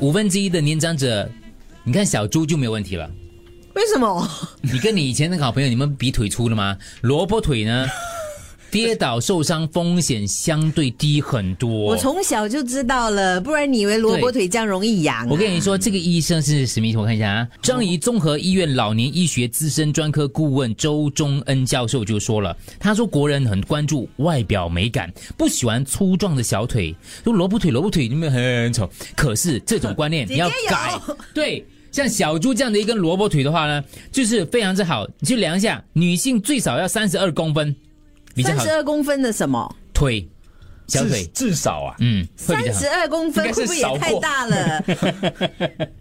五分之一的年长者，你看小猪就没有问题了。为什么？你跟你以前那个好朋友，你们比腿粗了吗？ 萝卜腿呢？跌倒受伤风险相对低很多。我从小就知道了，不然你以为萝卜腿这样容易痒、啊？我跟你说，这个医生是什么意思？我看一下哦啊，张仪综合医院老年医学资深专科顾问周忠恩教授就说了，他说国人很关注外表美感，不喜欢粗壮的小腿，说萝卜腿萝卜腿你们很丑。可是这种观 念你要改，对。像小猪这样的一根萝卜腿的话呢，就是非常之好。你去量一下，女性最少要三十二公分，比较三好十。二公分的什么？腿，小至腿，至少啊，嗯，会比较三好。十二公分应该会是不会少也过太大 了？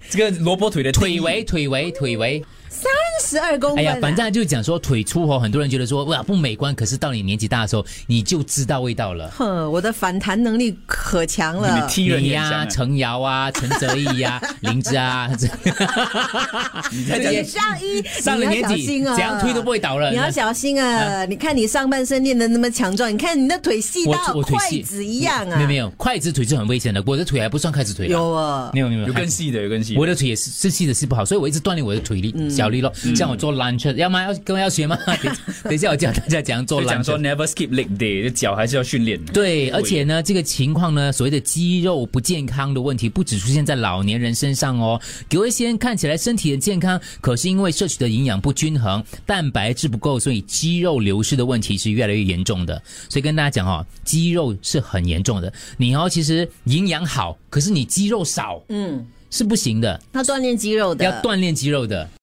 这个萝卜腿的定义腿围，腿围，腿围。三十二公分、啊哎呀，反正就讲说腿粗哦，很多人觉得说哇不美观，可是到你年纪大的时候，你就知道味道了。哼，我的反弹能力可强了你。踢人嗯你也呀、想啊程瑶啊， 陈泽毅呀、林芝啊，这你在你讲上衣上了你年要小纪，心啊，怎样推都不会倒了。你要小心啊！你看你上半身练得那么强壮，你看你的腿细我到我腿筷细子一样啊！没有没有，筷子腿是很危险的，我的腿还不算筷子腿啦。有啊没，有没有有更细的，有更细的。我的腿也是是细的是不好，所以我一直锻炼我的腿力、嗯小力咯。像我做 lunge，要吗？要跟我要学吗？ 等一下等一下我教大家怎样做啊就讲 lunge 说。never skip leg day，就脚还是要训练的。对，而且呢，这个情况呢，所谓的肌肉不健康的问题，不只出现在老年人身上哦。有一些人看起来身体很健康，可是因为摄取的营养不均衡、蛋白质不够，所以肌肉流失的问题是越来越严重的。所以跟大家讲哦，肌肉是很严重的。你哦，其实营养好，可是你肌肉少，嗯，是不行的，他锻炼肌肉的，要锻炼肌肉的。